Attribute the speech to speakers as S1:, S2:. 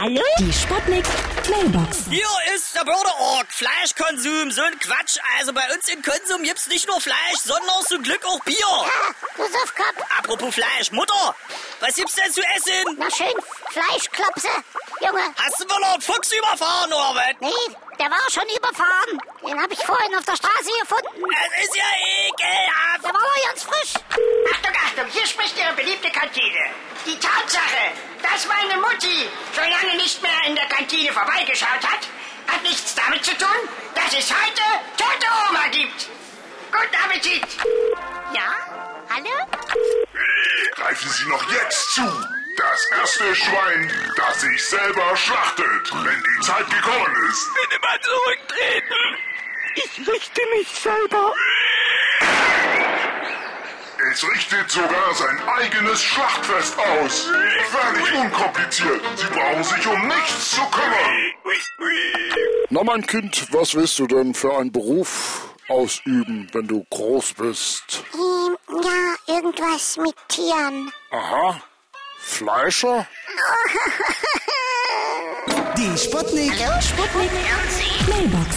S1: Hallo?
S2: Die Sputnik Mailbox.
S3: Hier ist der Börderort. Fleischkonsum, so ein Quatsch. Also bei uns in Konsum gibt's nicht nur Fleisch, sondern zum Glück auch Bier.
S4: Ah, du Suffkopf.
S3: Apropos Fleisch, Mutter, was gibt's denn zu essen?
S4: Na schön, Fleischklopse. Junge,
S3: Hast du mal einen Fuchs überfahren oder was?
S4: nee, der war schon überfahren. Den hab ich vorhin auf der Straße gefunden.
S3: Es ist ja ekelhaft.
S4: Der war doch ganz frisch.
S5: Achtung, Achtung, hier spricht Ihre beliebte Kantine. Die Tatsache, dass meine Mutti schon lange nicht mehr in der Kantine vorbeigeschaut hat, hat nichts damit zu tun, dass es heute tote Oma gibt. Guten Appetit.
S4: Ja? Hallo?
S6: Greifen Sie noch jetzt zu! Das erste Schwein, das sich selber schlachtet, wenn die Zeit gekommen ist.
S7: bin immer zurücktreten. Ich richte mich selber.
S6: Es richtet sogar sein eigenes Schlachtfest aus. Völlig unkompliziert. Sie brauchen sich um nichts zu kümmern.
S8: Na, mein Kind, was willst du denn für einen Beruf ausüben, wenn du groß bist?
S4: Ähm, ja, irgendwas mit Tieren.
S8: Aha. Fleischer?
S9: Die Sputnik.
S4: Sputnik.
S2: Mailbox.